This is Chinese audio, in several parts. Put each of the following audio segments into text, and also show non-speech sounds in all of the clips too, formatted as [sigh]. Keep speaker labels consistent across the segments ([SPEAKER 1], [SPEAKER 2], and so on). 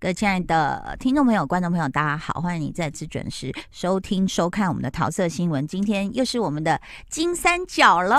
[SPEAKER 1] 各位亲爱的听众朋友、观众朋友，大家好，欢迎你再次准时收听、收看我们的桃色新闻。今天又是我们的金三角喽，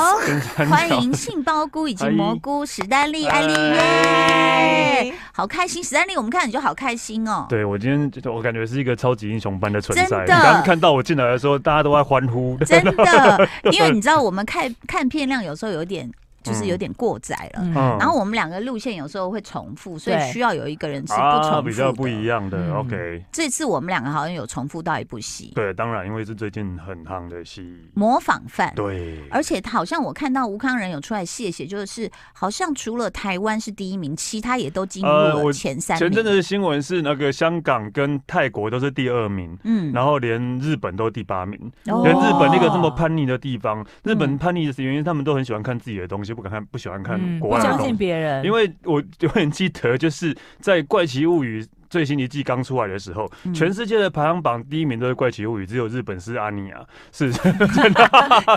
[SPEAKER 1] 欢迎杏鲍菇以及蘑菇史丹利、艾丽耶，好开心！史丹利，我们看你就好开心哦。
[SPEAKER 2] 对我今天就我感觉是一个超级英雄般的存
[SPEAKER 1] 真
[SPEAKER 2] 在。
[SPEAKER 1] 的
[SPEAKER 2] 你刚刚看到我进来的时候，大家都在欢呼。
[SPEAKER 1] 真
[SPEAKER 2] [laughs]
[SPEAKER 1] 的，因为你知道我们看看片量有时候有点。就是有点过载了，
[SPEAKER 3] 嗯
[SPEAKER 2] 嗯
[SPEAKER 1] 然后我们两个路线有时候会重复，所
[SPEAKER 3] 对
[SPEAKER 1] 以需要有一个人是不重复的。
[SPEAKER 2] 啊，比较不一样的。
[SPEAKER 3] 嗯
[SPEAKER 2] OK，
[SPEAKER 1] 这次我们两个好像有重复到一部戏，
[SPEAKER 2] 对，当然因为是最近很夯的戏。
[SPEAKER 1] 模仿犯。
[SPEAKER 2] 对，
[SPEAKER 1] 嗯而且他好像我看到吴康仁有出来谢谢，就是好像除了台湾是第一名，其他也都进入
[SPEAKER 2] 呃
[SPEAKER 1] 了
[SPEAKER 2] 我
[SPEAKER 1] 前三名。
[SPEAKER 2] 前阵子的新闻是那个香港跟泰国都是第二名。
[SPEAKER 1] 嗯，
[SPEAKER 2] 然后连日本都第八名，
[SPEAKER 1] 哦嗯
[SPEAKER 2] 连日本那个这么叛逆的地方，日本叛逆的原因是他们都很喜欢看自己的东西，不敢看，不喜欢看嗯
[SPEAKER 1] 嗯
[SPEAKER 2] 国
[SPEAKER 3] 嗯不
[SPEAKER 2] 外的
[SPEAKER 3] 相
[SPEAKER 2] 东西
[SPEAKER 3] 信。别人，
[SPEAKER 2] 因为我 [laughs] 永远记得，就是在《怪奇物语》最新一季刚出来的时候，
[SPEAKER 1] 嗯
[SPEAKER 2] 全世界的排行榜第一名都是《怪奇物语》，只有日本是阿尼亚， [laughs] 是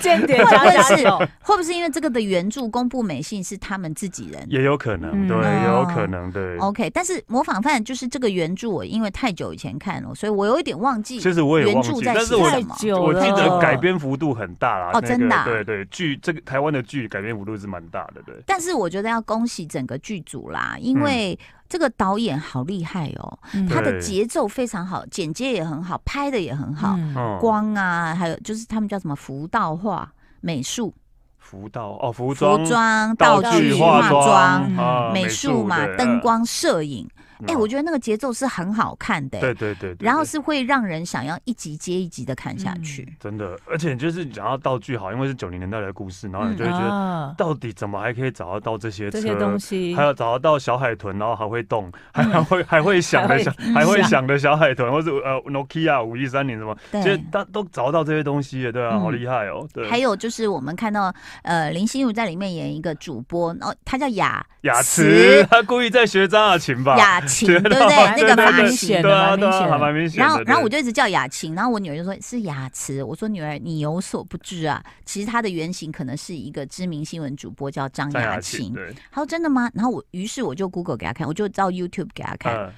[SPEAKER 3] 间
[SPEAKER 2] [laughs]
[SPEAKER 3] 谍
[SPEAKER 1] 会不
[SPEAKER 3] 加
[SPEAKER 1] 会
[SPEAKER 3] 加
[SPEAKER 1] 是
[SPEAKER 3] 酒，
[SPEAKER 1] 会不会是因为这个的原著公布美信是他们自己人
[SPEAKER 2] 也有可能，
[SPEAKER 3] 嗯
[SPEAKER 2] 对，也有
[SPEAKER 1] 哦
[SPEAKER 2] 可能，对。
[SPEAKER 1] ？OK，但是模仿犯就是这个原著，我因为太久以前看了，所以我有一点忘记
[SPEAKER 2] 其实我也
[SPEAKER 1] 原
[SPEAKER 2] 忘
[SPEAKER 1] 著
[SPEAKER 2] 记，
[SPEAKER 1] 在
[SPEAKER 2] 但
[SPEAKER 1] 写
[SPEAKER 2] 是我
[SPEAKER 3] 太
[SPEAKER 1] 什么。
[SPEAKER 3] 久
[SPEAKER 2] 我
[SPEAKER 3] 了，
[SPEAKER 2] 记得改编幅度很大啦。
[SPEAKER 1] 哦
[SPEAKER 2] 那
[SPEAKER 1] 真的啊
[SPEAKER 2] 个对对，剧这个台湾的剧改编幅度是蛮大的，对。
[SPEAKER 1] 但是我觉得要恭喜整个剧组啦，因为这个导演好厉害哦，
[SPEAKER 3] 嗯
[SPEAKER 1] 他的
[SPEAKER 2] 嗯对
[SPEAKER 1] 节奏非常好，剪接也很好，拍的也很好。
[SPEAKER 3] 嗯
[SPEAKER 2] 嗯，
[SPEAKER 1] 光啊，还有就是他们叫什么服道化美术、
[SPEAKER 2] 服道哦，服
[SPEAKER 1] 服
[SPEAKER 2] 装、
[SPEAKER 1] 装、
[SPEAKER 2] 道
[SPEAKER 1] 具、
[SPEAKER 2] 具、
[SPEAKER 1] 化妆、嗯
[SPEAKER 2] 妆啊
[SPEAKER 1] 美术嘛、
[SPEAKER 2] 对
[SPEAKER 1] 灯光、摄影。
[SPEAKER 2] 嗯
[SPEAKER 1] 哎、我觉得那个节奏是很好看的、
[SPEAKER 2] 对对对，对
[SPEAKER 1] 然后
[SPEAKER 2] 对
[SPEAKER 1] 是会让人想要一集接一集的看下去。
[SPEAKER 2] 真的，而且就是讲到道具好，因为是九零年代的故事，然后你
[SPEAKER 1] 嗯
[SPEAKER 2] 就会觉得
[SPEAKER 3] 啊
[SPEAKER 2] 到底怎么还可以找得到这些车
[SPEAKER 3] 这些东西
[SPEAKER 2] 还，有找得到小海豚，然后还会动，还
[SPEAKER 1] 嗯
[SPEAKER 2] 还会还会响的小还会响的小海豚，或是呃 Nokia 五一三零什么，其实
[SPEAKER 1] 对。
[SPEAKER 2] 大都找到这些东西了，对啊，
[SPEAKER 1] 嗯
[SPEAKER 2] 好厉害哦，对，
[SPEAKER 1] 还有就是我们看到，呃，林心如在里面演一个主播，然后她叫雅
[SPEAKER 2] 雅慈，他故意在学张雅琴吧，
[SPEAKER 1] 雅琴，对
[SPEAKER 2] 觉
[SPEAKER 1] 不
[SPEAKER 2] 得
[SPEAKER 1] 对？那个
[SPEAKER 2] 啊 [laughs] 对对
[SPEAKER 1] 发
[SPEAKER 2] 对
[SPEAKER 1] 型
[SPEAKER 3] 显
[SPEAKER 2] 对
[SPEAKER 3] 得
[SPEAKER 2] 啊
[SPEAKER 3] 蛮
[SPEAKER 2] 对啊，
[SPEAKER 3] 明显
[SPEAKER 2] 还
[SPEAKER 3] 的
[SPEAKER 2] 蛮明显的。
[SPEAKER 1] 然后，然后我
[SPEAKER 2] 对
[SPEAKER 1] 就一直叫雅琴，然后我女儿就说是雅慈。我说女儿，你有所不知啊，其实她的原型可能是一个知名新闻主播叫张
[SPEAKER 2] 张雅
[SPEAKER 1] 雅
[SPEAKER 2] 琴，
[SPEAKER 1] 琴。
[SPEAKER 2] 对，
[SPEAKER 1] 她说真的吗？然后我于是我就 Google 给她看，我就到 YouTube 给她看。
[SPEAKER 2] 嗯，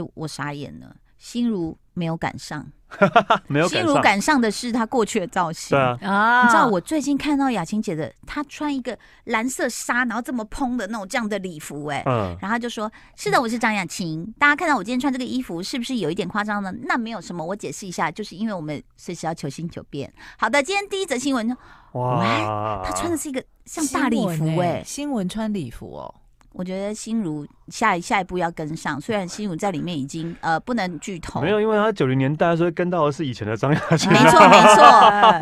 [SPEAKER 1] 哎、我傻眼了，心如没有赶上，
[SPEAKER 2] 啊没有
[SPEAKER 1] 心
[SPEAKER 2] 赶
[SPEAKER 1] 如
[SPEAKER 2] 上，
[SPEAKER 1] 赶上的是她过去的造型。
[SPEAKER 2] 对啊，
[SPEAKER 3] 啊
[SPEAKER 1] 你知道我最近看到雅琴姐的，她穿一个蓝色纱，然后这么蓬的那种这样的礼服、哎、
[SPEAKER 2] 嗯，
[SPEAKER 1] 然后他就说：“是的，我是张雅琴。大家看到我今天穿这个衣服，是不是有一点夸张呢？那没有什么，我解释一下，就是因为我们随时要求新求变。好的，今天第一则新闻，
[SPEAKER 2] 哇，
[SPEAKER 1] 她穿
[SPEAKER 2] 啊
[SPEAKER 1] 的是一个像大礼服
[SPEAKER 3] 新闻
[SPEAKER 1] 哎、
[SPEAKER 3] 欸新闻穿礼服哦，
[SPEAKER 1] 我觉得心如下一下一步要跟上，虽然心如在里面已经呃不能剧透，
[SPEAKER 2] 没有，因为他九零年代，所以跟到的是以前的张雅琴
[SPEAKER 1] 没，错没
[SPEAKER 2] [laughs]
[SPEAKER 1] 错，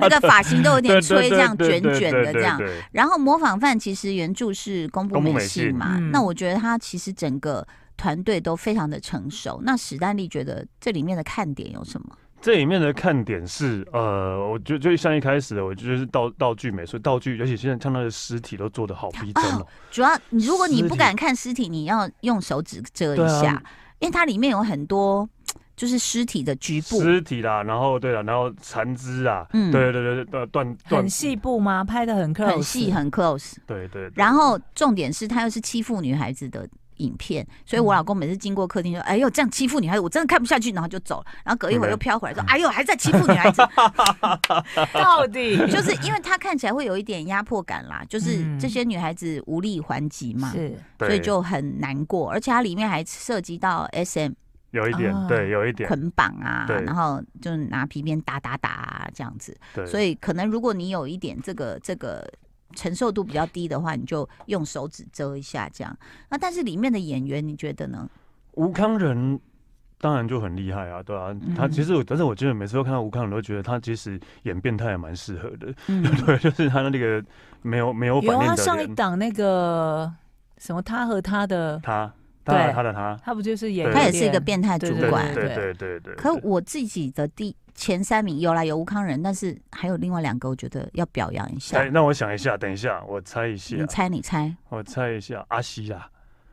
[SPEAKER 1] 那个发型都哎有点
[SPEAKER 2] 对对
[SPEAKER 1] 吹，
[SPEAKER 2] 对
[SPEAKER 1] 这样
[SPEAKER 2] 对
[SPEAKER 1] 卷
[SPEAKER 2] 对
[SPEAKER 1] 卷
[SPEAKER 2] 对
[SPEAKER 1] 的
[SPEAKER 2] 对
[SPEAKER 1] 这样。
[SPEAKER 2] 对
[SPEAKER 1] 然后模仿犯其实原著是宫部
[SPEAKER 2] 宫部
[SPEAKER 1] 美
[SPEAKER 2] 美
[SPEAKER 1] 信
[SPEAKER 2] 信
[SPEAKER 1] 嘛，
[SPEAKER 3] 嗯
[SPEAKER 1] 那我觉得他其实整个团队都非常的成熟。那史丹利觉得这里面的看点有什么？
[SPEAKER 2] 这里面的看点是，呃，我觉得就像一开始的，我觉得是道道具美术，道具，而且现在看到的尸体都做的好逼真哦。
[SPEAKER 1] 主要你如果你
[SPEAKER 2] 尸体
[SPEAKER 1] 不敢看尸体，你要用手指遮
[SPEAKER 2] 对
[SPEAKER 1] 一
[SPEAKER 2] 啊
[SPEAKER 1] 下，因为它里面有很多就是尸体的局部。
[SPEAKER 2] 尸体啦，然后对啦，然后残肢啊，
[SPEAKER 1] 嗯
[SPEAKER 2] 对对对对，断断
[SPEAKER 3] 很，细部吗？拍的很 close，
[SPEAKER 1] 很细很 close，
[SPEAKER 2] 对对对，
[SPEAKER 1] 然后重点是他又是欺负女孩子的影片，所以
[SPEAKER 2] 嗯
[SPEAKER 1] 我老公每次经过客厅说：“哎呦，这样欺负女孩子，我真的看不下去。”然后就走了，然后隔一会儿又飘回来说：“哎呦，还在欺负女孩
[SPEAKER 2] [laughs]
[SPEAKER 1] 子。”
[SPEAKER 3] [laughs] 到底
[SPEAKER 1] 就是因为她看起来会有一点压迫感啦，就是
[SPEAKER 3] 嗯
[SPEAKER 1] 这些女孩子无力还击嘛，
[SPEAKER 3] 是
[SPEAKER 1] 所以
[SPEAKER 2] 对
[SPEAKER 1] 就很难过。而且它里面还涉及到 SM
[SPEAKER 2] 有一点
[SPEAKER 3] 啊，
[SPEAKER 2] 对，有一点，
[SPEAKER 1] 捆绑啊，
[SPEAKER 2] 对
[SPEAKER 1] 然后就是拿皮鞭打打打啊这样子。
[SPEAKER 2] 对，
[SPEAKER 1] 所以可能如果你有一点这个这个承受度比较低的话，你就用手指遮一下这样。那但是里面的演员你觉得呢？
[SPEAKER 2] 吴康仁当然就很厉害啊，对啊，他
[SPEAKER 1] 嗯
[SPEAKER 2] 其实我，但是我觉得每次都看到吴康仁，都觉得他其实演变态也蛮适合的，
[SPEAKER 1] 嗯，
[SPEAKER 2] [laughs] 对，就是他那个没有没有反
[SPEAKER 3] 有
[SPEAKER 2] 应
[SPEAKER 3] 啊，
[SPEAKER 2] 的
[SPEAKER 3] 上一
[SPEAKER 2] 人，
[SPEAKER 3] 档那个什么他和他的，
[SPEAKER 2] 他他
[SPEAKER 3] 对
[SPEAKER 2] 他的他，
[SPEAKER 3] 他不就是演
[SPEAKER 2] 对
[SPEAKER 1] 他也是一个变态主
[SPEAKER 3] 对
[SPEAKER 2] 对
[SPEAKER 1] 管
[SPEAKER 2] 对。对对对对，
[SPEAKER 1] 可我自己的第前三名有啦，有吴康仁，但是还有另外两个，我觉得要表扬一下
[SPEAKER 2] 哎，。那我想一下，等一下，我猜啊一下
[SPEAKER 1] 你，猜，你猜，
[SPEAKER 2] 我猜一下，阿西啦，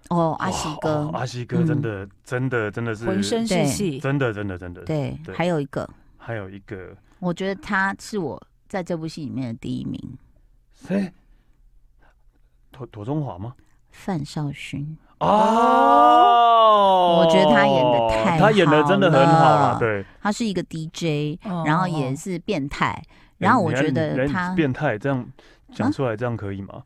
[SPEAKER 1] 哦，阿西
[SPEAKER 2] 哇
[SPEAKER 1] 哥嗯
[SPEAKER 2] 哦，阿西哥真的、真的真的是
[SPEAKER 3] 浑身是戏，
[SPEAKER 2] 真的真的真的，
[SPEAKER 1] 对，
[SPEAKER 2] 对
[SPEAKER 1] 还有一个，
[SPEAKER 2] 还有一个
[SPEAKER 1] 我觉得他是我在这部戏里面的第一名。
[SPEAKER 2] 谁？左左中华吗？
[SPEAKER 1] 范少勋，
[SPEAKER 2] 哦，
[SPEAKER 1] 我觉得他演得太
[SPEAKER 2] 他演的真的很好
[SPEAKER 1] 好了
[SPEAKER 2] 啊，对。
[SPEAKER 1] 他是一个 DJ，
[SPEAKER 3] 哦
[SPEAKER 1] 然后也是变态，然后我觉
[SPEAKER 2] 人
[SPEAKER 1] 得
[SPEAKER 2] 人
[SPEAKER 1] 他，
[SPEAKER 2] 变态这样
[SPEAKER 1] 啊
[SPEAKER 2] 讲出来，这样可以吗？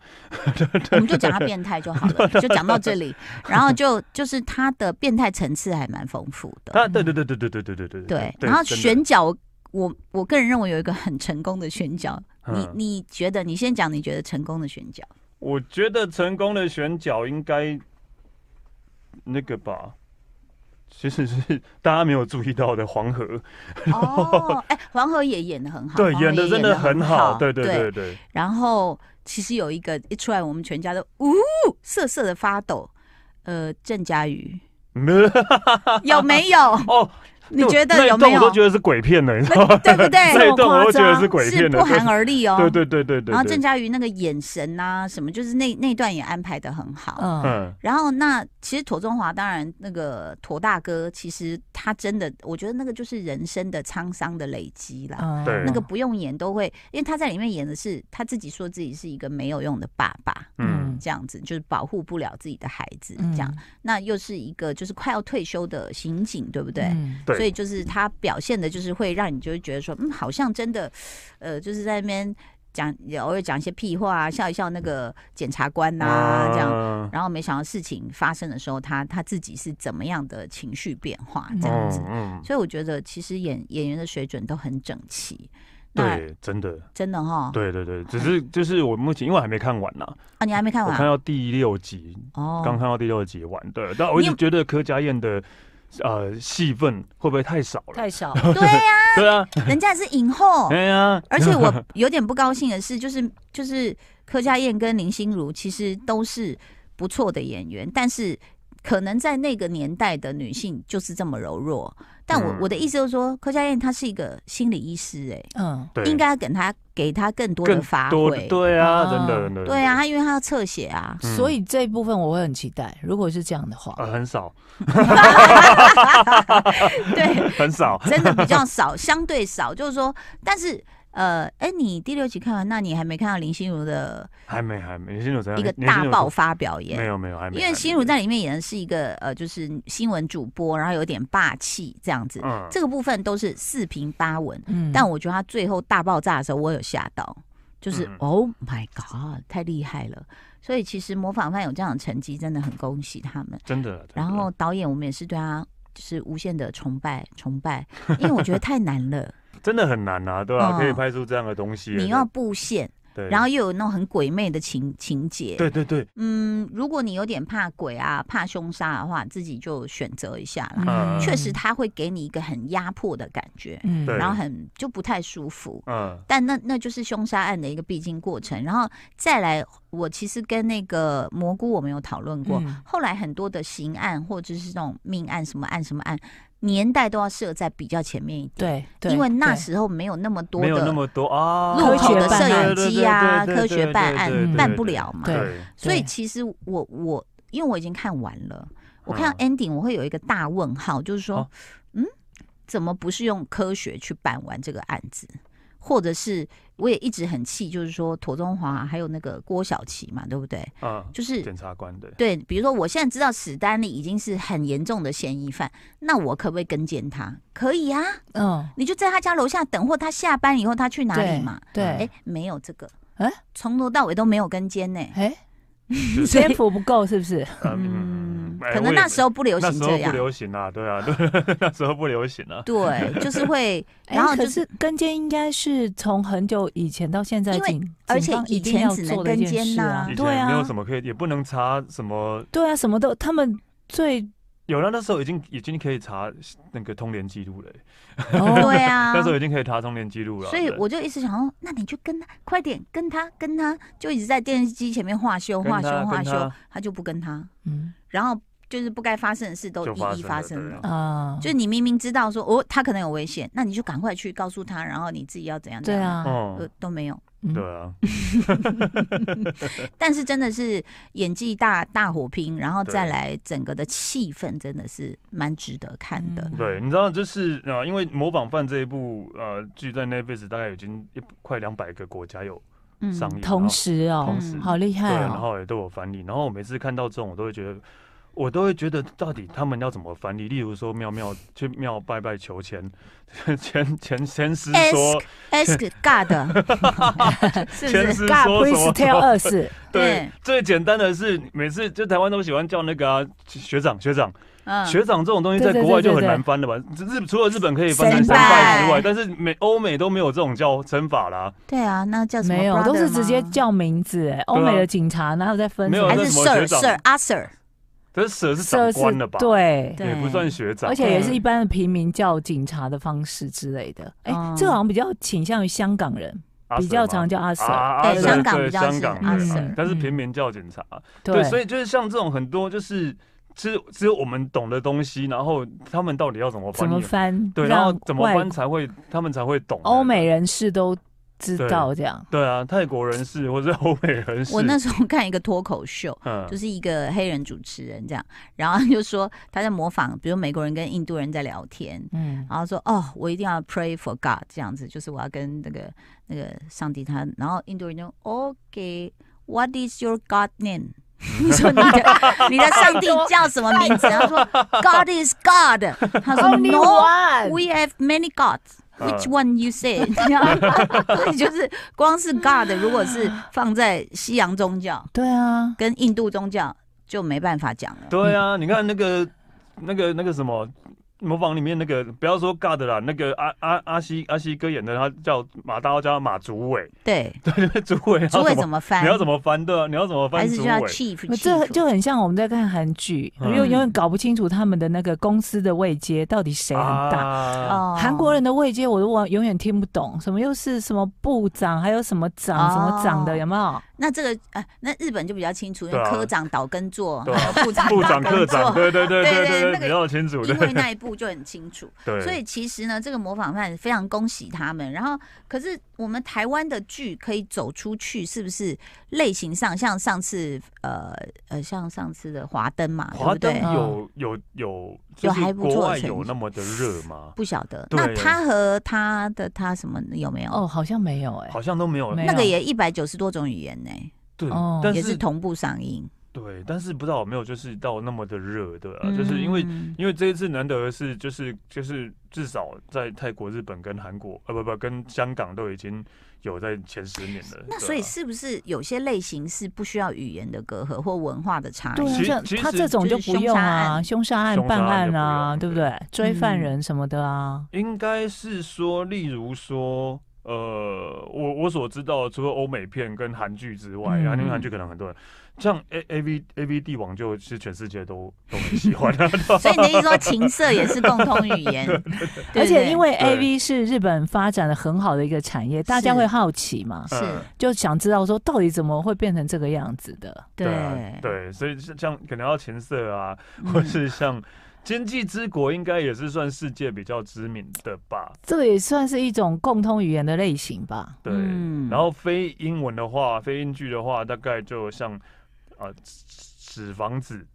[SPEAKER 1] 我们就讲他变态就好了，就讲到这里，然后就就是他的变态层次还蛮丰富的，
[SPEAKER 2] 他啊对对对对对对对对对
[SPEAKER 1] 嗯对，然后
[SPEAKER 2] 真的
[SPEAKER 1] 选角。我我个人认为有一个很成功的选角，你
[SPEAKER 2] 嗯
[SPEAKER 1] 你觉得？你先讲你觉得成功的选角，
[SPEAKER 2] 我觉得成功的选角应该那个吧，其实是大家没有注意到的
[SPEAKER 1] [laughs]
[SPEAKER 2] 黄河，
[SPEAKER 1] 哦，哎、黄河也演的很好，
[SPEAKER 2] 对，
[SPEAKER 1] 黄河
[SPEAKER 2] 演的
[SPEAKER 1] 也
[SPEAKER 2] 真的很好，对对
[SPEAKER 1] 对
[SPEAKER 2] 对对，
[SPEAKER 1] 然后其实有一个一出来，我们全家都呜瑟瑟的发抖。呃，郑嘉
[SPEAKER 2] [laughs]
[SPEAKER 1] 瑜有没有？
[SPEAKER 2] 哦，
[SPEAKER 1] 你觉得有
[SPEAKER 2] 那
[SPEAKER 1] 没
[SPEAKER 2] 一段我都觉
[SPEAKER 1] 有？
[SPEAKER 2] 得是鬼片了，你知道
[SPEAKER 1] 那
[SPEAKER 2] 吗？
[SPEAKER 1] 对不
[SPEAKER 2] [laughs] 那
[SPEAKER 1] 对？
[SPEAKER 2] 一段我都觉得是鬼
[SPEAKER 1] 是
[SPEAKER 2] 片
[SPEAKER 1] 不
[SPEAKER 2] 了，
[SPEAKER 1] 寒而栗哦。
[SPEAKER 2] 对 [laughs] 对对对对，
[SPEAKER 1] 然后
[SPEAKER 2] 对
[SPEAKER 1] 郑嘉瑜那个眼神啊，什么，就是那那段也安排的很好。
[SPEAKER 3] 嗯，
[SPEAKER 2] 嗯
[SPEAKER 1] 然后那其实妥中华，当然那个妥大哥，其实他真的，我觉得那个就是人生的沧桑的累积啦。
[SPEAKER 3] 嗯
[SPEAKER 2] 对
[SPEAKER 1] 那个不用演都会，因为他在里面演的是他自己说自己是一个没有用的爸爸，
[SPEAKER 2] 嗯
[SPEAKER 1] 这样子就是保护不了自己的孩子，嗯这
[SPEAKER 3] 嗯
[SPEAKER 1] 样。，那又是一个就是快要退休的刑警，对不对？
[SPEAKER 3] 嗯
[SPEAKER 2] 对
[SPEAKER 1] 所以就是他表现的，就是会让你就会觉得说，嗯，好像真的，呃，就是在那边讲偶尔讲一些屁话啊，笑一笑那个检察官呐、
[SPEAKER 2] 啊
[SPEAKER 1] 这样。
[SPEAKER 2] 样，
[SPEAKER 1] 然后没想到事情发生的时候，他他自己是怎么样的情绪变化这样子。
[SPEAKER 2] 嗯嗯，
[SPEAKER 1] 所以我觉得其实演演员的水准都很整齐。那
[SPEAKER 2] 对，真的，
[SPEAKER 1] 真的哈，
[SPEAKER 2] 对对对，只是就是我目前因为我还没看完呐，
[SPEAKER 1] 啊，你还没看
[SPEAKER 2] 我
[SPEAKER 1] 完
[SPEAKER 2] 看到第六集，
[SPEAKER 1] 哦，
[SPEAKER 2] 刚看到第六集完，对，但我一
[SPEAKER 1] 你
[SPEAKER 2] 直
[SPEAKER 1] 有
[SPEAKER 2] 觉得柯佳燕的呃戏份会不会太少了？[laughs]
[SPEAKER 3] 太少，
[SPEAKER 1] 对哦呀、
[SPEAKER 2] 对啊，
[SPEAKER 1] 人家是影
[SPEAKER 2] [laughs]
[SPEAKER 1] 后，
[SPEAKER 2] 哎呀，
[SPEAKER 1] 而且
[SPEAKER 2] [laughs]
[SPEAKER 1] 我有点不高兴的是，就是就是柯佳燕跟林心如其实都是不错的演员，但是可能在那个年代的女性就是这么柔弱。但我、
[SPEAKER 2] 嗯
[SPEAKER 1] 我的意思就是说，柯佳燕她是一个心理医师、
[SPEAKER 3] 嗯，
[SPEAKER 2] 对
[SPEAKER 1] 哎，应该要给她给她更多的
[SPEAKER 2] 更
[SPEAKER 1] 发
[SPEAKER 2] 多
[SPEAKER 1] 挥。
[SPEAKER 2] 对啊，
[SPEAKER 3] 啊
[SPEAKER 2] 真的真的，
[SPEAKER 1] 对啊，她因为她要侧写
[SPEAKER 2] [laughs]
[SPEAKER 1] 啊，
[SPEAKER 2] 嗯
[SPEAKER 3] 所以这一部分我会很期待，如果是这样的话，
[SPEAKER 2] 呃很少
[SPEAKER 1] 对，
[SPEAKER 2] 很少，
[SPEAKER 1] 真的比较少，相对少。就是说，但是呃，哎、你第六集看完，那你还没看到林心如的
[SPEAKER 2] 还没还没，林心如怎样？
[SPEAKER 1] 一个
[SPEAKER 2] 啊林
[SPEAKER 1] 大
[SPEAKER 2] 心如
[SPEAKER 1] 爆发表演？
[SPEAKER 2] 没有没有还没，
[SPEAKER 1] 因为
[SPEAKER 2] 还没
[SPEAKER 1] 心如在里面演的是一个呃，就是新闻主播，然后有点霸气这样子，
[SPEAKER 2] 嗯
[SPEAKER 1] 这个部分都是四平八稳。
[SPEAKER 3] 嗯
[SPEAKER 1] 但我觉得他最后大爆炸的时候，我有吓到，就是、
[SPEAKER 2] 嗯
[SPEAKER 1] Oh my God，太厉害了！所以其实模仿犯有这样的成绩，真的很恭喜他们。
[SPEAKER 2] 真的，真的
[SPEAKER 1] 然后导演，我们也是对他就是无限的崇拜崇拜，因为我觉得太难
[SPEAKER 2] [laughs]
[SPEAKER 1] 了，
[SPEAKER 2] 真的很难啊，对啊，
[SPEAKER 1] 嗯
[SPEAKER 2] 可以拍出这样的东西，
[SPEAKER 1] 你要布线，
[SPEAKER 2] 对，
[SPEAKER 1] 然后又有那种很鬼魅的情情节，
[SPEAKER 2] 对对对，
[SPEAKER 1] 嗯，如果你有点怕鬼啊、怕凶杀的话，自己就选择一下啦。
[SPEAKER 2] 嗯
[SPEAKER 1] 确实，，它会给你一个很压迫的感觉，
[SPEAKER 3] 嗯
[SPEAKER 2] 对
[SPEAKER 1] 然后很就不太舒服。
[SPEAKER 2] 嗯
[SPEAKER 1] 但那那就是凶杀案的一个必经过程。然后再来，我其实跟那个蘑菇我们有讨论过，
[SPEAKER 3] 嗯
[SPEAKER 1] 后来很多的刑案或者是那种命案、什么案、什么案，年代都要设在比较前面一点，
[SPEAKER 3] 对，对
[SPEAKER 1] 因为那
[SPEAKER 3] 对
[SPEAKER 1] 时候没有那么多
[SPEAKER 2] 没有那
[SPEAKER 1] 的
[SPEAKER 2] 么多啊，
[SPEAKER 1] 路口的
[SPEAKER 3] 科学
[SPEAKER 1] 摄
[SPEAKER 3] 办案
[SPEAKER 1] 影机啊，
[SPEAKER 2] 对
[SPEAKER 1] 科
[SPEAKER 2] 对对对对
[SPEAKER 1] 学办
[SPEAKER 2] 对对
[SPEAKER 1] 案
[SPEAKER 2] 对
[SPEAKER 1] 办
[SPEAKER 2] 对
[SPEAKER 1] 不了嘛。
[SPEAKER 3] 对
[SPEAKER 2] 对，
[SPEAKER 1] 所以
[SPEAKER 3] 对
[SPEAKER 1] 其实我我因为我已经看完了，
[SPEAKER 3] 哦
[SPEAKER 1] 我看到
[SPEAKER 2] 嗯
[SPEAKER 1] ending 我会有一个大问号，就是说
[SPEAKER 2] 哦，
[SPEAKER 1] 嗯，怎么不是用科学去办完这个案子？或者是我也一直很气，就是说妥中华还有那个郭晓琪嘛，对不对？
[SPEAKER 2] 嗯，
[SPEAKER 1] 就是
[SPEAKER 2] 检察官
[SPEAKER 1] [laughs]
[SPEAKER 2] 对，
[SPEAKER 1] 对，比如说我现在知道史丹利已经是很严重的嫌疑犯，那我可不可以跟监他？可以啊，
[SPEAKER 3] 嗯，
[SPEAKER 1] 你就在他家楼下等，或他下班以后他去哪
[SPEAKER 3] 对
[SPEAKER 1] 里嘛？哎
[SPEAKER 3] 对，，
[SPEAKER 1] 没有这个，
[SPEAKER 3] 哎
[SPEAKER 1] 从头到尾都没有跟监呢、
[SPEAKER 3] 哎， [laughs]
[SPEAKER 2] 就是
[SPEAKER 3] 篇幅不够是不是？
[SPEAKER 1] 嗯，
[SPEAKER 2] 哎
[SPEAKER 1] 可能
[SPEAKER 2] 我也
[SPEAKER 1] 那时候不流
[SPEAKER 2] 那
[SPEAKER 1] 行
[SPEAKER 2] 时
[SPEAKER 1] 这
[SPEAKER 2] 候不
[SPEAKER 1] 样，
[SPEAKER 2] 流行啊，对啊，对， [laughs] 那时候不流行啊，
[SPEAKER 1] 对，就是
[SPEAKER 2] [laughs]
[SPEAKER 1] 会，[laughs]
[SPEAKER 3] 哎
[SPEAKER 1] 然后
[SPEAKER 3] 可
[SPEAKER 1] 就是
[SPEAKER 3] 跟监应该是从很久以前到现在
[SPEAKER 1] 因为
[SPEAKER 3] 警，
[SPEAKER 1] 而
[SPEAKER 3] 警
[SPEAKER 1] 且
[SPEAKER 3] 方
[SPEAKER 1] 以
[SPEAKER 3] 一定
[SPEAKER 1] 前
[SPEAKER 3] 要
[SPEAKER 1] 只能
[SPEAKER 3] 做的一
[SPEAKER 1] 跟
[SPEAKER 3] 件
[SPEAKER 1] 监
[SPEAKER 3] 事
[SPEAKER 1] 呐
[SPEAKER 3] 啊
[SPEAKER 2] 以
[SPEAKER 3] 对
[SPEAKER 2] 前没有
[SPEAKER 3] 啊
[SPEAKER 2] 什，么可以，也不能查什么，
[SPEAKER 3] 对啊，什么都他们
[SPEAKER 2] [laughs]
[SPEAKER 3] 最
[SPEAKER 2] 有了那时候已经已经可以查那个通联记录了欸，
[SPEAKER 3] 哦，
[SPEAKER 1] 对啊
[SPEAKER 2] 那。时候已经可以查通联记录了，
[SPEAKER 1] 所以
[SPEAKER 2] 对
[SPEAKER 1] 我就一直想说，哦那你就跟他快点，跟他，跟他，就一直在电视机前面画修、
[SPEAKER 2] 跟
[SPEAKER 1] 画
[SPEAKER 2] 他
[SPEAKER 1] 修、画
[SPEAKER 2] 跟
[SPEAKER 1] 修
[SPEAKER 2] 他，
[SPEAKER 1] 他就不跟他，
[SPEAKER 3] 嗯
[SPEAKER 1] 然后就是不该发生的事都
[SPEAKER 2] 就
[SPEAKER 1] 一一发
[SPEAKER 2] 发
[SPEAKER 1] 生
[SPEAKER 2] 生了
[SPEAKER 1] 了。
[SPEAKER 3] 啊，
[SPEAKER 1] 就是你明明知道说哦，他可能有危险，那你就赶快去告诉他，然后你自己要怎样怎
[SPEAKER 3] 对
[SPEAKER 1] 样，
[SPEAKER 3] 啊，
[SPEAKER 1] 呃
[SPEAKER 2] 哦，
[SPEAKER 1] 都没有。
[SPEAKER 3] 嗯
[SPEAKER 2] 对啊，
[SPEAKER 1] 但是真的是演技大大火拼，然后
[SPEAKER 2] 对
[SPEAKER 1] 再来整个的气氛真的是蛮值得看的。
[SPEAKER 3] 嗯
[SPEAKER 2] 对，你知道就是啊、呃因为《模仿犯》这一部呃剧在 Netflix 大概已经一快两百个国家有
[SPEAKER 1] 嗯
[SPEAKER 2] 上映，
[SPEAKER 3] 同时哦
[SPEAKER 2] 同时，
[SPEAKER 3] 好厉
[SPEAKER 2] 然后
[SPEAKER 3] 害
[SPEAKER 2] 对，然
[SPEAKER 3] 哦，
[SPEAKER 2] 后也都有翻译，然后我每次看到这种，我都会觉得。我都会觉得，到底他们要怎么翻译？例如说，妙妙去庙拜拜求签， [laughs] 前前前师说， [laughs]
[SPEAKER 1] ask God，是不
[SPEAKER 2] 前
[SPEAKER 1] 是？
[SPEAKER 2] 师
[SPEAKER 3] God
[SPEAKER 2] 说什
[SPEAKER 3] please
[SPEAKER 2] 么？
[SPEAKER 3] tell 二四，
[SPEAKER 2] [laughs] 对，最简单的是，每次就台湾都喜欢叫那个啊学长学长、
[SPEAKER 1] 嗯
[SPEAKER 2] 学长这种东西，
[SPEAKER 3] 对
[SPEAKER 2] 在
[SPEAKER 3] 对
[SPEAKER 2] 国外就
[SPEAKER 3] 对对
[SPEAKER 2] 很
[SPEAKER 3] 对
[SPEAKER 2] 难翻了吧？日除了日本可以翻成
[SPEAKER 3] 神
[SPEAKER 2] 神拜之
[SPEAKER 1] 拜
[SPEAKER 2] 外，但是美欧美都没有这种叫称法啦，
[SPEAKER 1] 对啊，那叫什么？
[SPEAKER 3] 没有，都是直接。叫名字，哎，欧美的警察哪有在分
[SPEAKER 2] 啊没
[SPEAKER 3] 什
[SPEAKER 2] 有
[SPEAKER 3] 么？
[SPEAKER 1] 还
[SPEAKER 2] 那
[SPEAKER 1] 是
[SPEAKER 2] 什么
[SPEAKER 1] Sir
[SPEAKER 2] 学长
[SPEAKER 1] Sir 阿 Sir，
[SPEAKER 2] 但是蛇是
[SPEAKER 3] 社
[SPEAKER 2] 长
[SPEAKER 3] 是
[SPEAKER 2] 官了吧？，
[SPEAKER 3] 对。
[SPEAKER 1] 对
[SPEAKER 2] 也不算学长，
[SPEAKER 3] 而且也是一般的平民叫警察的方式之类的，哎、
[SPEAKER 1] 嗯
[SPEAKER 3] 这个好像比较倾向于香港人，
[SPEAKER 2] 啊阿
[SPEAKER 3] 比
[SPEAKER 2] Sir 吗
[SPEAKER 3] 较常叫阿 Sir，、
[SPEAKER 2] 啊，
[SPEAKER 1] 对
[SPEAKER 2] 阿 Sir，
[SPEAKER 1] 香港
[SPEAKER 2] 对
[SPEAKER 1] 比较是
[SPEAKER 2] 香港
[SPEAKER 1] 阿
[SPEAKER 2] 对
[SPEAKER 1] Sir
[SPEAKER 2] 但是
[SPEAKER 3] 嗯
[SPEAKER 2] 平民叫警察，
[SPEAKER 3] 对，
[SPEAKER 2] 对，所以就是像这种很多就是只有只有我们懂的东西，然后他们到底要怎么
[SPEAKER 3] 怎
[SPEAKER 2] 翻
[SPEAKER 3] 么
[SPEAKER 2] 译？啊
[SPEAKER 3] 翻？
[SPEAKER 2] 对，然后
[SPEAKER 3] 让
[SPEAKER 2] 怎么
[SPEAKER 3] 外
[SPEAKER 2] 翻才会他们才会懂？
[SPEAKER 3] 欧美人士都知道这样，
[SPEAKER 2] 对啊，泰国人士或者是欧美人士，
[SPEAKER 1] 我那时候看一个脱口秀，
[SPEAKER 2] 嗯
[SPEAKER 1] 就是一个黑人主持人这样，然后他就说他在模仿，比如美国人跟印度人在聊天，
[SPEAKER 3] 嗯，
[SPEAKER 1] 然后说哦，我一定要 pray for God 这样子，就是我要跟那个那个上帝他，然后印度人就 OK，What、is your God name？说 [laughs] 你的你的上帝叫什么名字？他
[SPEAKER 2] [laughs]
[SPEAKER 1] 说 God is God。他说 No，we
[SPEAKER 3] one，
[SPEAKER 1] have many
[SPEAKER 2] [laughs]
[SPEAKER 1] gods。Which
[SPEAKER 2] 嗯
[SPEAKER 1] one you say？然后 [laughs] 所以就是光是 God，如果是放在西洋宗教
[SPEAKER 3] 对啊，
[SPEAKER 1] 跟印度宗教就没办法讲了。
[SPEAKER 2] 对啊，你看那个那个那个什么。模仿里面那个，不要说 God 啦，那个阿阿阿西阿西哥演的，他叫马大家叫他马祖
[SPEAKER 1] [laughs]
[SPEAKER 2] 伟，
[SPEAKER 1] 对，
[SPEAKER 2] 对，祖伟，
[SPEAKER 1] 诸位
[SPEAKER 2] 么
[SPEAKER 1] 怎么翻？
[SPEAKER 2] 你要怎么翻对啊？你要怎么翻
[SPEAKER 1] 还是
[SPEAKER 2] 祖
[SPEAKER 1] 就
[SPEAKER 2] 伟？
[SPEAKER 1] 要 chief？
[SPEAKER 3] 这
[SPEAKER 1] chief
[SPEAKER 3] 就很像我们在看韩剧，
[SPEAKER 2] 嗯
[SPEAKER 3] 因为永远搞不清楚他们的那个公司的位阶到底谁很大。
[SPEAKER 2] 啊、
[SPEAKER 1] [laughs] 哦
[SPEAKER 3] 韩国人的位阶我都我永远听不懂，什么又是什么部长，还有什么长、
[SPEAKER 1] 哦
[SPEAKER 3] 什么长的，有没有？
[SPEAKER 1] 那这个呃，那日本就比较清楚，因
[SPEAKER 2] 对
[SPEAKER 1] 为
[SPEAKER 2] 啊
[SPEAKER 1] 科长岛根座、
[SPEAKER 2] 对啊
[SPEAKER 1] 部长 [laughs]
[SPEAKER 2] [laughs] 部长、
[SPEAKER 1] 岛
[SPEAKER 2] 科
[SPEAKER 1] 根
[SPEAKER 2] 长，
[SPEAKER 1] 座，
[SPEAKER 2] 对对对
[SPEAKER 1] 对
[SPEAKER 2] 对
[SPEAKER 1] 对
[SPEAKER 2] 对
[SPEAKER 1] 那个
[SPEAKER 2] 对，比较清楚
[SPEAKER 1] 因为
[SPEAKER 2] 对
[SPEAKER 1] 那一部就很清楚。
[SPEAKER 2] 对，
[SPEAKER 1] 所以其实呢，这个模仿犯非常恭喜他们。然后，可是我们台湾的剧可以走出去，是不是类型上像上次呃呃，像上次的《华灯》嘛，对
[SPEAKER 2] 华
[SPEAKER 1] 不
[SPEAKER 2] 灯
[SPEAKER 1] 对？
[SPEAKER 3] 嗯
[SPEAKER 2] 有有有，就
[SPEAKER 1] 还
[SPEAKER 2] 是
[SPEAKER 1] 不错的
[SPEAKER 2] 国外
[SPEAKER 1] 成绩
[SPEAKER 2] 有那么的热吗？
[SPEAKER 1] 不晓得。
[SPEAKER 2] 对
[SPEAKER 1] 那他和他的他什么有没有？
[SPEAKER 3] 哦，好像没有哎、
[SPEAKER 2] 好像都没有，
[SPEAKER 3] 没
[SPEAKER 1] 那个也一百九十多种语言呢、
[SPEAKER 2] 对
[SPEAKER 3] 哦，
[SPEAKER 2] 但
[SPEAKER 1] 也是
[SPEAKER 2] 是
[SPEAKER 1] 同步上映。
[SPEAKER 2] 对，但是不知道有没有就是到那么的热，对啊，就是因为
[SPEAKER 1] 嗯
[SPEAKER 2] 因为这一次难得的是，就是就是至少在泰国、日本跟韩国，呃，不不，跟香港都已经有在前十年了。对
[SPEAKER 1] 那
[SPEAKER 2] 啊
[SPEAKER 1] 所以是不是有些类型是不需要语言的隔阂或文化的差
[SPEAKER 3] 对
[SPEAKER 1] 异？
[SPEAKER 2] [laughs]
[SPEAKER 3] 啊，
[SPEAKER 2] 其
[SPEAKER 3] 像
[SPEAKER 2] 其实
[SPEAKER 3] 他这种就不用啊，凶杀案、
[SPEAKER 2] 凶杀
[SPEAKER 3] 办
[SPEAKER 2] 案
[SPEAKER 3] 案啊，
[SPEAKER 2] 就
[SPEAKER 3] 对
[SPEAKER 2] 不用
[SPEAKER 3] 不对？追犯人什么的啊，
[SPEAKER 2] 应该是说，例如说，呃，我我所知道的，除了欧美片跟韩剧之外，
[SPEAKER 3] 嗯
[SPEAKER 2] 啊因为韩剧可能很多人，像 A A V A V 帝王就是全世界都都很喜欢啊的、
[SPEAKER 1] 所以你的意思说情色也是共通语言，对
[SPEAKER 3] 而且因为
[SPEAKER 2] 对
[SPEAKER 3] A V 是日本发展的很好的一个产业，大家会好奇嘛，
[SPEAKER 1] 是
[SPEAKER 2] 嗯
[SPEAKER 3] 就想知道说到底怎么会变成这个样子的。
[SPEAKER 1] 对
[SPEAKER 2] 啊， [laughs] 对，所以像像可能要情色啊，
[SPEAKER 1] 嗯
[SPEAKER 2] 或是像《经济之国》，应该也是算世界比较知名的吧？
[SPEAKER 3] 这也算是一种共通语言的类型吧。
[SPEAKER 2] 对，
[SPEAKER 1] 嗯
[SPEAKER 2] 然后非英文的话，非英剧的话，大概就像啊。呃纸房子，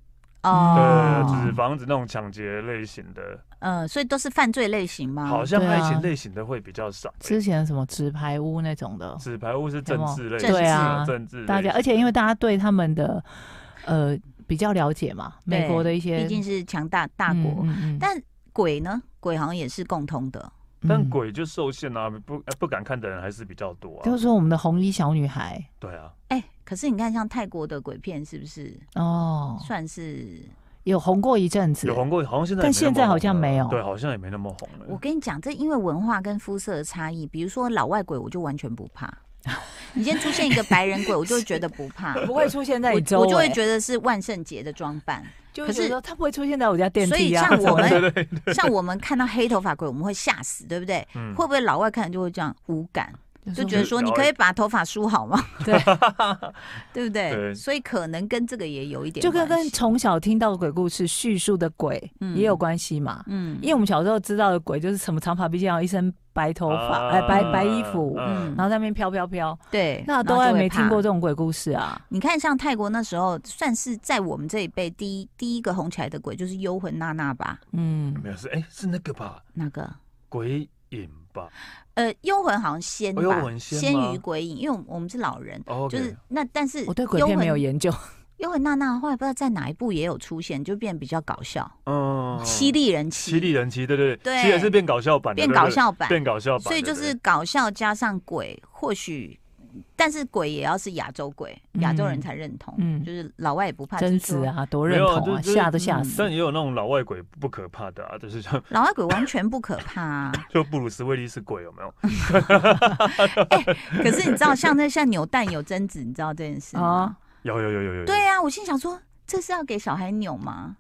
[SPEAKER 1] 哦
[SPEAKER 2] 对，，
[SPEAKER 3] 哦
[SPEAKER 2] 纸房子那种抢劫类型的，
[SPEAKER 1] 嗯，所以都是犯罪类型吗？
[SPEAKER 2] 好像
[SPEAKER 3] 对
[SPEAKER 2] 爱
[SPEAKER 3] 啊
[SPEAKER 2] 情类型的会比较少、欸。
[SPEAKER 3] 之前什么纸牌屋那种的，
[SPEAKER 2] 纸牌屋是政治类型
[SPEAKER 1] 有没
[SPEAKER 2] 的，
[SPEAKER 1] 有对
[SPEAKER 3] 啊
[SPEAKER 2] 政治类型的
[SPEAKER 3] 大家而且因为大家对他们的呃比较了解嘛，
[SPEAKER 1] 对
[SPEAKER 3] 美国的一些
[SPEAKER 1] 毕竟是强大大国，
[SPEAKER 3] 嗯嗯嗯
[SPEAKER 1] 但鬼呢？鬼好像也是共通的，
[SPEAKER 2] 但
[SPEAKER 3] 嗯
[SPEAKER 2] 鬼就受限啊，不呃不敢看的人还是比较多啊
[SPEAKER 3] 就。是说我们的红衣小女孩
[SPEAKER 2] 对啊，
[SPEAKER 1] 哎、可是你看，像泰国的鬼片是不是
[SPEAKER 3] 哦，
[SPEAKER 1] 算是？
[SPEAKER 3] 有红过一阵子
[SPEAKER 2] 有，红过，好像现在
[SPEAKER 3] 但
[SPEAKER 2] 也没那么
[SPEAKER 3] 现在好
[SPEAKER 2] 红
[SPEAKER 3] 像
[SPEAKER 2] 了
[SPEAKER 3] 没有
[SPEAKER 2] 对，好像也没那么
[SPEAKER 3] 嗯
[SPEAKER 2] 红
[SPEAKER 1] 我
[SPEAKER 2] 了。
[SPEAKER 1] 跟你讲，这因为文化跟肤色的差异，比如说老外鬼，我就完全不怕。你今天出现一个白人鬼，我就会觉得不怕。
[SPEAKER 3] 不会出现在
[SPEAKER 1] 我
[SPEAKER 3] 你周围，
[SPEAKER 1] 我就会觉得是万圣节的装扮。
[SPEAKER 3] 就
[SPEAKER 1] 会觉得说
[SPEAKER 3] 他不会出现在我家电
[SPEAKER 1] 所以
[SPEAKER 3] 梯啊，
[SPEAKER 1] 像我
[SPEAKER 2] 对
[SPEAKER 1] 们，
[SPEAKER 2] 对对，
[SPEAKER 1] 像我们看到黑头发鬼，我们会吓死，对不对？
[SPEAKER 2] 嗯
[SPEAKER 1] 会不会老外看了就会这样无感，就觉得说
[SPEAKER 2] 就
[SPEAKER 1] 你
[SPEAKER 2] 是
[SPEAKER 1] 可以把头发梳好吗？
[SPEAKER 3] [laughs] 对，
[SPEAKER 1] 对不对？
[SPEAKER 2] 对
[SPEAKER 1] 所以可能跟这个也有一点
[SPEAKER 3] 就跟
[SPEAKER 1] 关
[SPEAKER 3] 跟
[SPEAKER 1] 系
[SPEAKER 3] 从小听到鬼故事叙述的鬼
[SPEAKER 1] 嗯
[SPEAKER 3] 也有关系嘛，
[SPEAKER 1] 嗯
[SPEAKER 3] 因为我们小时候知道的鬼就是什么长发披肩，然后一身白头发，
[SPEAKER 2] 啊
[SPEAKER 3] 哎，白白衣服，
[SPEAKER 1] 嗯
[SPEAKER 3] 然后在那边飘飘飘，
[SPEAKER 1] 对，
[SPEAKER 3] 那
[SPEAKER 1] 然后
[SPEAKER 3] 都还
[SPEAKER 1] 就会
[SPEAKER 3] 没听过
[SPEAKER 1] 怕
[SPEAKER 3] 这种鬼故事啊，
[SPEAKER 1] 你看，像泰国那时候，算是在我们这一辈第一第一个红起来的鬼，就是幽魂娜娜吧？
[SPEAKER 3] 嗯，
[SPEAKER 2] 没有是哎、是那个吧，
[SPEAKER 1] 那个
[SPEAKER 2] 鬼影吧，
[SPEAKER 1] 呃，幽魂好像仙吧，
[SPEAKER 2] 哦幽魂仙
[SPEAKER 1] 仙
[SPEAKER 2] 吗
[SPEAKER 1] 于鬼影，因为我们我们是老人，
[SPEAKER 2] 哦
[SPEAKER 1] 就是
[SPEAKER 2] ，OK，
[SPEAKER 1] 那但是
[SPEAKER 3] 我对鬼
[SPEAKER 1] 幽
[SPEAKER 3] 片
[SPEAKER 1] 魂
[SPEAKER 3] 没有研究，
[SPEAKER 1] 幽魂娜娜后来不知道在哪一部也有出现，就变比较搞笑，
[SPEAKER 2] 嗯，
[SPEAKER 1] 犀利人妻，
[SPEAKER 2] 犀利人妻，对对
[SPEAKER 1] 对
[SPEAKER 2] 其实是变搞笑版的，
[SPEAKER 1] 变
[SPEAKER 2] 对
[SPEAKER 1] 搞
[SPEAKER 2] 对
[SPEAKER 1] 笑版，
[SPEAKER 2] 变搞笑版的，
[SPEAKER 1] 所以就是搞笑加上鬼，或许，但是鬼也要是亚洲鬼，亚洲人
[SPEAKER 3] 嗯
[SPEAKER 1] 才认同，
[SPEAKER 3] 嗯
[SPEAKER 1] 就是老外也不怕
[SPEAKER 3] 贞子，
[SPEAKER 1] 就是说
[SPEAKER 3] 啊，多
[SPEAKER 2] 不
[SPEAKER 3] 认同啊，吓都吓死。
[SPEAKER 2] 嗯但也有那种老外鬼不可怕的啊，就是像
[SPEAKER 1] 老外鬼完全不可怕、啊。
[SPEAKER 2] 就布鲁斯威利是鬼有没有？
[SPEAKER 1] 可是你知道，像那像扭蛋有贞子，你知道这件事吗？
[SPEAKER 3] 啊
[SPEAKER 2] 有有有有有，有
[SPEAKER 1] 对，啊，我心想说，这是要给小孩扭吗？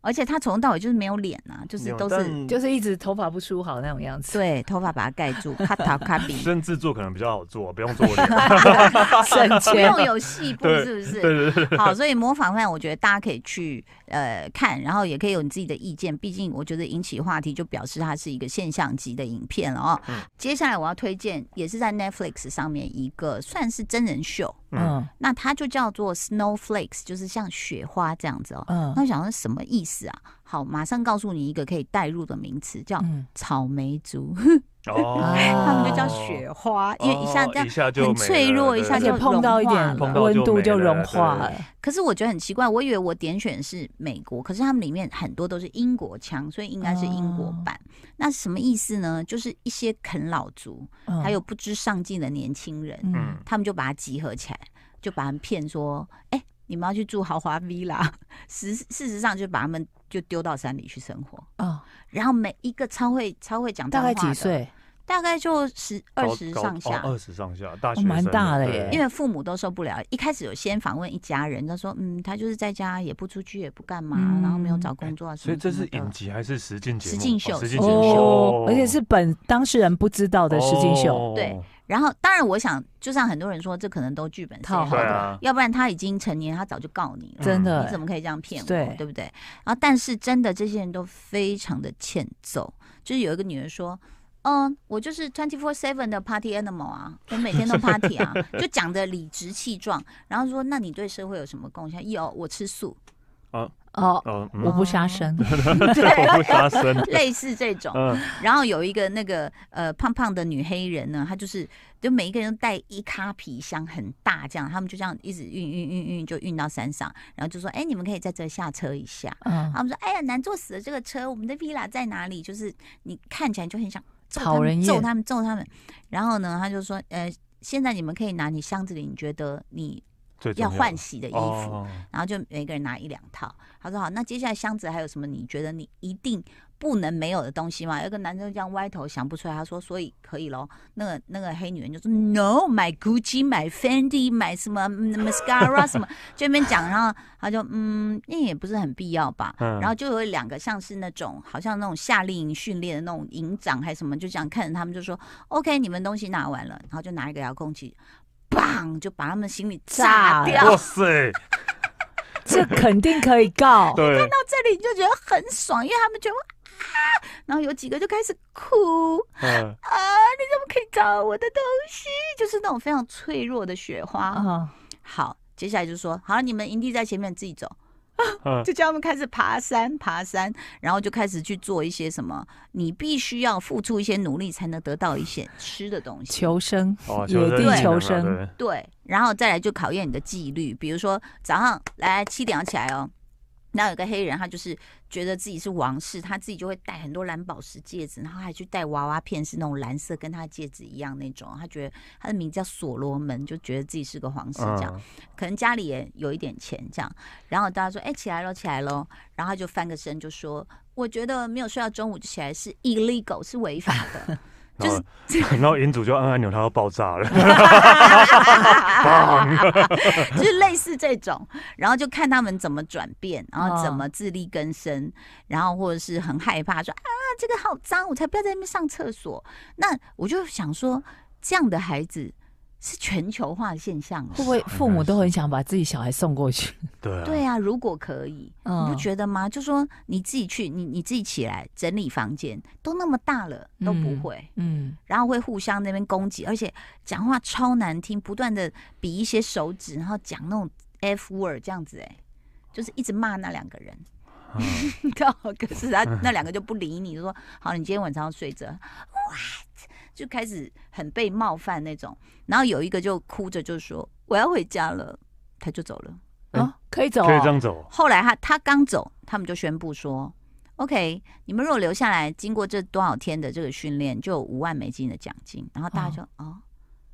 [SPEAKER 1] 而且他从头到尾就是没有脸啊，就是
[SPEAKER 2] 扭
[SPEAKER 1] 都是
[SPEAKER 2] 蛋
[SPEAKER 3] 就是一直头发不梳好那种样子，
[SPEAKER 1] 对头发把它盖住，咔塔咔
[SPEAKER 2] [laughs]
[SPEAKER 1] 比，
[SPEAKER 2] 甚至做可能比较好做，不用做脸。
[SPEAKER 3] [laughs]
[SPEAKER 1] [laughs]
[SPEAKER 3] 省钱
[SPEAKER 1] 又。有戏部
[SPEAKER 2] 对
[SPEAKER 1] 是不是？
[SPEAKER 2] 对对对，
[SPEAKER 1] 好，所以模仿犯，我觉得大家可以去呃看，然后也可以有你自己的意见。毕竟我觉得引起话题，就表示它是一个现象级的影片了哦。
[SPEAKER 2] 嗯
[SPEAKER 1] 接下来我要推荐也是在 Netflix 上面一个算是真人秀，
[SPEAKER 3] 嗯
[SPEAKER 1] 那它就叫做 Snowflakes，就是像雪花这样子哦。
[SPEAKER 3] 嗯
[SPEAKER 1] 那我想说什么意思啊？好，马上告诉你一个可以代入的名词，叫
[SPEAKER 3] 嗯，
[SPEAKER 1] 草莓族，
[SPEAKER 2] [laughs] 哦，
[SPEAKER 1] [laughs] 他们就叫雪花，哦因为一
[SPEAKER 3] 哦
[SPEAKER 1] 下这样
[SPEAKER 2] 一下就
[SPEAKER 1] 很
[SPEAKER 2] 没了
[SPEAKER 1] 脆弱
[SPEAKER 2] 对
[SPEAKER 1] 一下
[SPEAKER 3] 而
[SPEAKER 2] 对
[SPEAKER 3] 且
[SPEAKER 1] 就
[SPEAKER 3] 碰到一点
[SPEAKER 1] 融化
[SPEAKER 2] 了
[SPEAKER 3] 温度就融化了。
[SPEAKER 1] 可是我觉得很奇怪，我以为我点选是美国，可是他们里面很多都是英国腔，所以应该是英国
[SPEAKER 3] 哦
[SPEAKER 1] 版。那什么意思呢？就是一些啃老族，
[SPEAKER 3] 嗯
[SPEAKER 1] 还有不知上进的年轻人，
[SPEAKER 3] 嗯
[SPEAKER 2] 嗯，
[SPEAKER 1] 他们就把它集合起来，就把他们骗说：“哎、你们要去住豪华 villa。”实事实上，就把他们就丢到山里去生活。
[SPEAKER 3] 哦，
[SPEAKER 1] 然后每一个超会超会讲
[SPEAKER 3] 大
[SPEAKER 1] 脏
[SPEAKER 3] 概
[SPEAKER 1] 话
[SPEAKER 3] 几
[SPEAKER 1] 的？
[SPEAKER 3] 岁？
[SPEAKER 1] 大概就十二十
[SPEAKER 2] 高
[SPEAKER 1] 上
[SPEAKER 2] 高
[SPEAKER 1] 下。
[SPEAKER 2] 哦二十上下，大
[SPEAKER 3] 哦
[SPEAKER 2] 学
[SPEAKER 3] 蛮
[SPEAKER 2] 生
[SPEAKER 3] 大
[SPEAKER 2] 了
[SPEAKER 3] 的耶
[SPEAKER 1] 因为父母都受不了。一开始有先访问一家人，他说：“嗯，他就是在家也不出去，也不干嘛，
[SPEAKER 3] 嗯
[SPEAKER 1] 然后没有找工作啊什
[SPEAKER 2] 所以
[SPEAKER 1] 么什
[SPEAKER 2] 这
[SPEAKER 1] 么的。
[SPEAKER 2] 是影集还是实境节目？
[SPEAKER 1] 实境秀
[SPEAKER 2] 哦实境节目
[SPEAKER 3] 哦，而且是本当事人不知道的实境秀，
[SPEAKER 2] 哦
[SPEAKER 1] 对然后，当然，我想就像很多人说，这可能都剧本写好
[SPEAKER 3] 套好嗯
[SPEAKER 2] 对
[SPEAKER 1] 的，
[SPEAKER 2] 啊，
[SPEAKER 1] 要不然他已经成年，他早就告你了。
[SPEAKER 3] 真
[SPEAKER 1] 嗯你
[SPEAKER 3] 的欸
[SPEAKER 1] 怎么可以这样骗我？
[SPEAKER 3] 对
[SPEAKER 1] 对不对？然后，但是真的，这些人都非常的欠揍。就是有一个女人说：“嗯，我就是 twenty four seven 的 party animal 啊，我每天都 party 啊， [laughs] 就讲的理直气壮。”然后说：“那你对社会有什么贡献？有，我吃素，
[SPEAKER 3] 哦，
[SPEAKER 2] 嗯，嗯
[SPEAKER 3] 我不杀
[SPEAKER 2] [laughs]
[SPEAKER 3] 生，
[SPEAKER 2] 我不杀
[SPEAKER 1] [laughs]
[SPEAKER 2] 生，
[SPEAKER 1] 类似这
[SPEAKER 2] [laughs]
[SPEAKER 1] 种。”
[SPEAKER 2] 嗯，
[SPEAKER 1] 然后有一个那个呃胖胖的女黑人呢，她就是就每一个人都带一咖皮箱很大，这样他们就这样一直运运运运就运到山上，然后就说：“哎，你们可以在这下车一下。”
[SPEAKER 3] 嗯，
[SPEAKER 1] 他们说：“哎呀，难坐死了，这个车，我们的 villa 在哪里？”就是你看起来就很想揍他
[SPEAKER 3] 讨人
[SPEAKER 1] 们，
[SPEAKER 3] 厌
[SPEAKER 1] 揍他们，揍他们。然后呢，他就说：“呃，现在你们可以拿你箱子里你觉得你
[SPEAKER 2] 最重
[SPEAKER 1] 要
[SPEAKER 2] 的
[SPEAKER 1] 换洗的衣服。
[SPEAKER 2] 哦，
[SPEAKER 1] 然后就每个人拿一两套。他说好，那接下来箱子还有什么？你觉得你一定不能没有的东西吗？有一个男生就这样歪头想不出来，他说所以可以咯。那个那个黑女人就说 No，买 Gucci，买 Fendi，买什么嗯 mascara 什么， [laughs] 就那边讲，然后他就嗯，那也不是很必要吧。
[SPEAKER 2] 嗯
[SPEAKER 1] 然后就有两个像是那种好像那种夏令营训练的那种营长还是什么，就这样看着他们就说 OK，你们东西拿完了，然后就拿一个遥控器。砰！就把他们行李炸
[SPEAKER 3] 炸
[SPEAKER 1] 掉，
[SPEAKER 2] 哇塞，
[SPEAKER 3] 这肯定可以
[SPEAKER 2] [laughs]
[SPEAKER 3] 告。
[SPEAKER 2] 对，
[SPEAKER 1] [laughs] 这里你就觉得很爽，因为他们全部啊，然后有几个就开始哭
[SPEAKER 2] 嗯，
[SPEAKER 1] 啊，你怎么可以找我的东西？就是那种非常脆弱的雪花。
[SPEAKER 3] 啊，
[SPEAKER 1] 好，接下来就说好，你们营地在前面自己走，[laughs]
[SPEAKER 2] 嗯
[SPEAKER 1] 就叫他们开始爬山，爬山，然后就开始去做一些什么，你必须要付出一些努力才能得到一些吃的东西。
[SPEAKER 3] 求生
[SPEAKER 2] 哦，，
[SPEAKER 3] 野
[SPEAKER 2] 生
[SPEAKER 3] 地
[SPEAKER 2] 技
[SPEAKER 3] 求
[SPEAKER 2] 能啊
[SPEAKER 3] 生，，
[SPEAKER 1] 对，然后再来就考验你的纪律，比如说早上来七点要起来哦。然后有个黑人，他就是觉得自己是王室，他自己就会戴很多蓝宝石戒指，然后还去戴娃娃片，是那种蓝色，跟他的戒指一样那种。他觉得他的名字叫所罗门，就觉得自己是个皇室
[SPEAKER 2] 对
[SPEAKER 1] 这样。，可能家里也有一点钱这样。然后大家说：“哎，起来喽，起来喽！”然后他就翻个身就说：“我觉得没有睡到中午就起来是 illegal，是违法的。”就
[SPEAKER 2] 然
[SPEAKER 1] 是
[SPEAKER 2] 后然后 [laughs] 银主就按按钮，它要爆
[SPEAKER 1] [laughs]
[SPEAKER 2] 炸了，
[SPEAKER 1] 就是类似这种，然后就看他们怎么转变，然后
[SPEAKER 3] 哦
[SPEAKER 1] 怎么自力更生，然后或者是很害怕说啊，这个好脏，我才不要在那边上厕所。那我就想说，这样的孩子是全球化的现象哦
[SPEAKER 3] 会不会父母都很想把自己小孩送过去？
[SPEAKER 2] 对啊，
[SPEAKER 1] 对啊，如果可以，
[SPEAKER 3] 嗯
[SPEAKER 1] 你不觉得吗？就说你自己去，你你自己起来整理房间，都那么大了，都不会。
[SPEAKER 3] 嗯，
[SPEAKER 1] 然后会互相那边攻击，而且讲话超难听，不断的比一些手指，然后讲那种 F word 这样子、哎，就是一直骂那两个人。 [laughs]
[SPEAKER 2] 嗯
[SPEAKER 1] 靠，可是他那两个就不理你，就说好，你今天晚上要睡着。What？就开始很被冒犯那种。然后有一个就哭着就说我要回家了，他就走了。
[SPEAKER 3] 啊，可以走、
[SPEAKER 2] 哎可以这
[SPEAKER 3] 哦，
[SPEAKER 2] 样走，
[SPEAKER 1] 后来他他刚走，他们就宣布说，OK，你们如果留下来，经过这多少天的这个训练，就有五万美金的奖金。然后大家就哦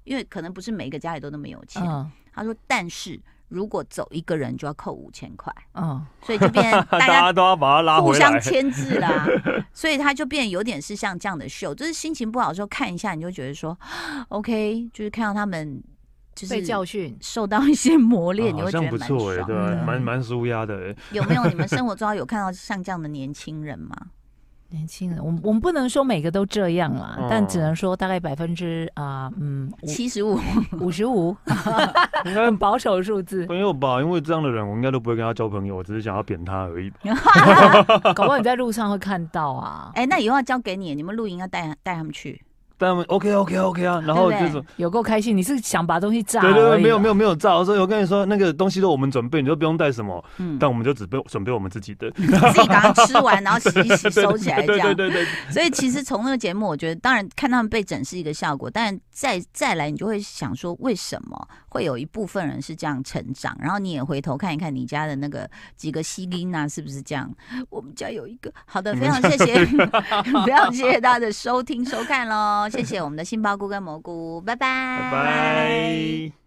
[SPEAKER 1] 因为可能不是每一个家里都那么有钱。
[SPEAKER 3] 嗯
[SPEAKER 1] 他说，但是如果走一个人就要扣五千块，
[SPEAKER 3] 嗯，
[SPEAKER 1] 所以就变
[SPEAKER 2] 大
[SPEAKER 1] 大家
[SPEAKER 2] 家都要把它拉
[SPEAKER 1] 互
[SPEAKER 2] 回来
[SPEAKER 1] 相。牵制啦，所以他就变有点是像这样的秀，就是心情不好的时候看一下，你就觉得说 [gasps] ，OK，就是看到他们就是
[SPEAKER 4] 被教训，
[SPEAKER 1] 受到一些磨
[SPEAKER 2] 啊
[SPEAKER 1] 练，你
[SPEAKER 2] 好
[SPEAKER 1] 会觉
[SPEAKER 2] 像
[SPEAKER 1] 得
[SPEAKER 2] 不
[SPEAKER 1] 蛮爽
[SPEAKER 2] 错哎，对啊
[SPEAKER 1] 的。，
[SPEAKER 2] 蛮蛮舒压的哎。
[SPEAKER 1] 有没有你们生活中有看到像这样的年轻人
[SPEAKER 2] [laughs]
[SPEAKER 1] 吗？
[SPEAKER 3] 年轻人，我们我们不能说每个都这样啦，
[SPEAKER 2] 嗯
[SPEAKER 3] 但只能说大概百分之啊，嗯，
[SPEAKER 1] 七十五，
[SPEAKER 2] [laughs]
[SPEAKER 3] 五五十五，
[SPEAKER 2] 应该
[SPEAKER 3] 很保守的
[SPEAKER 2] [laughs]
[SPEAKER 3] 数字，
[SPEAKER 2] 朋友吧，因为这样的人，我应该都不会跟他交朋友，我只是想要扁他而已。
[SPEAKER 3] 搞不好你在路上会看到啊，
[SPEAKER 1] 哎，那以后要交给你，你们露营要带带他们去。
[SPEAKER 2] 但他们 OK OK OK 啊，然后
[SPEAKER 1] 对不对
[SPEAKER 2] 就是
[SPEAKER 3] 有够开心，你是想把东西炸
[SPEAKER 2] 对对
[SPEAKER 3] 而
[SPEAKER 2] 对，
[SPEAKER 3] 已啊
[SPEAKER 2] 没有没有没有照。我说我跟你说，那个东西都我们准备，你都不用带什么，
[SPEAKER 1] 嗯，
[SPEAKER 2] 但我们就只备准备我们自己的。
[SPEAKER 1] 自己赶快吃完，然后洗一洗，收起来这
[SPEAKER 2] [laughs] 对对
[SPEAKER 1] 样。
[SPEAKER 2] 对对，
[SPEAKER 1] 所以其实从那个节目，我觉得当然看他们被整是一个效果，但再再来你就会想说，为什么会有一部分人是这样成长？然后你也回头看一看你家的那个几个西音啊，是不是这样？我们家有一个好的，非常谢谢，非常谢谢大家的收听收看喽，谢谢我们的杏鲍菇跟蘑菇，拜拜，
[SPEAKER 2] 拜拜。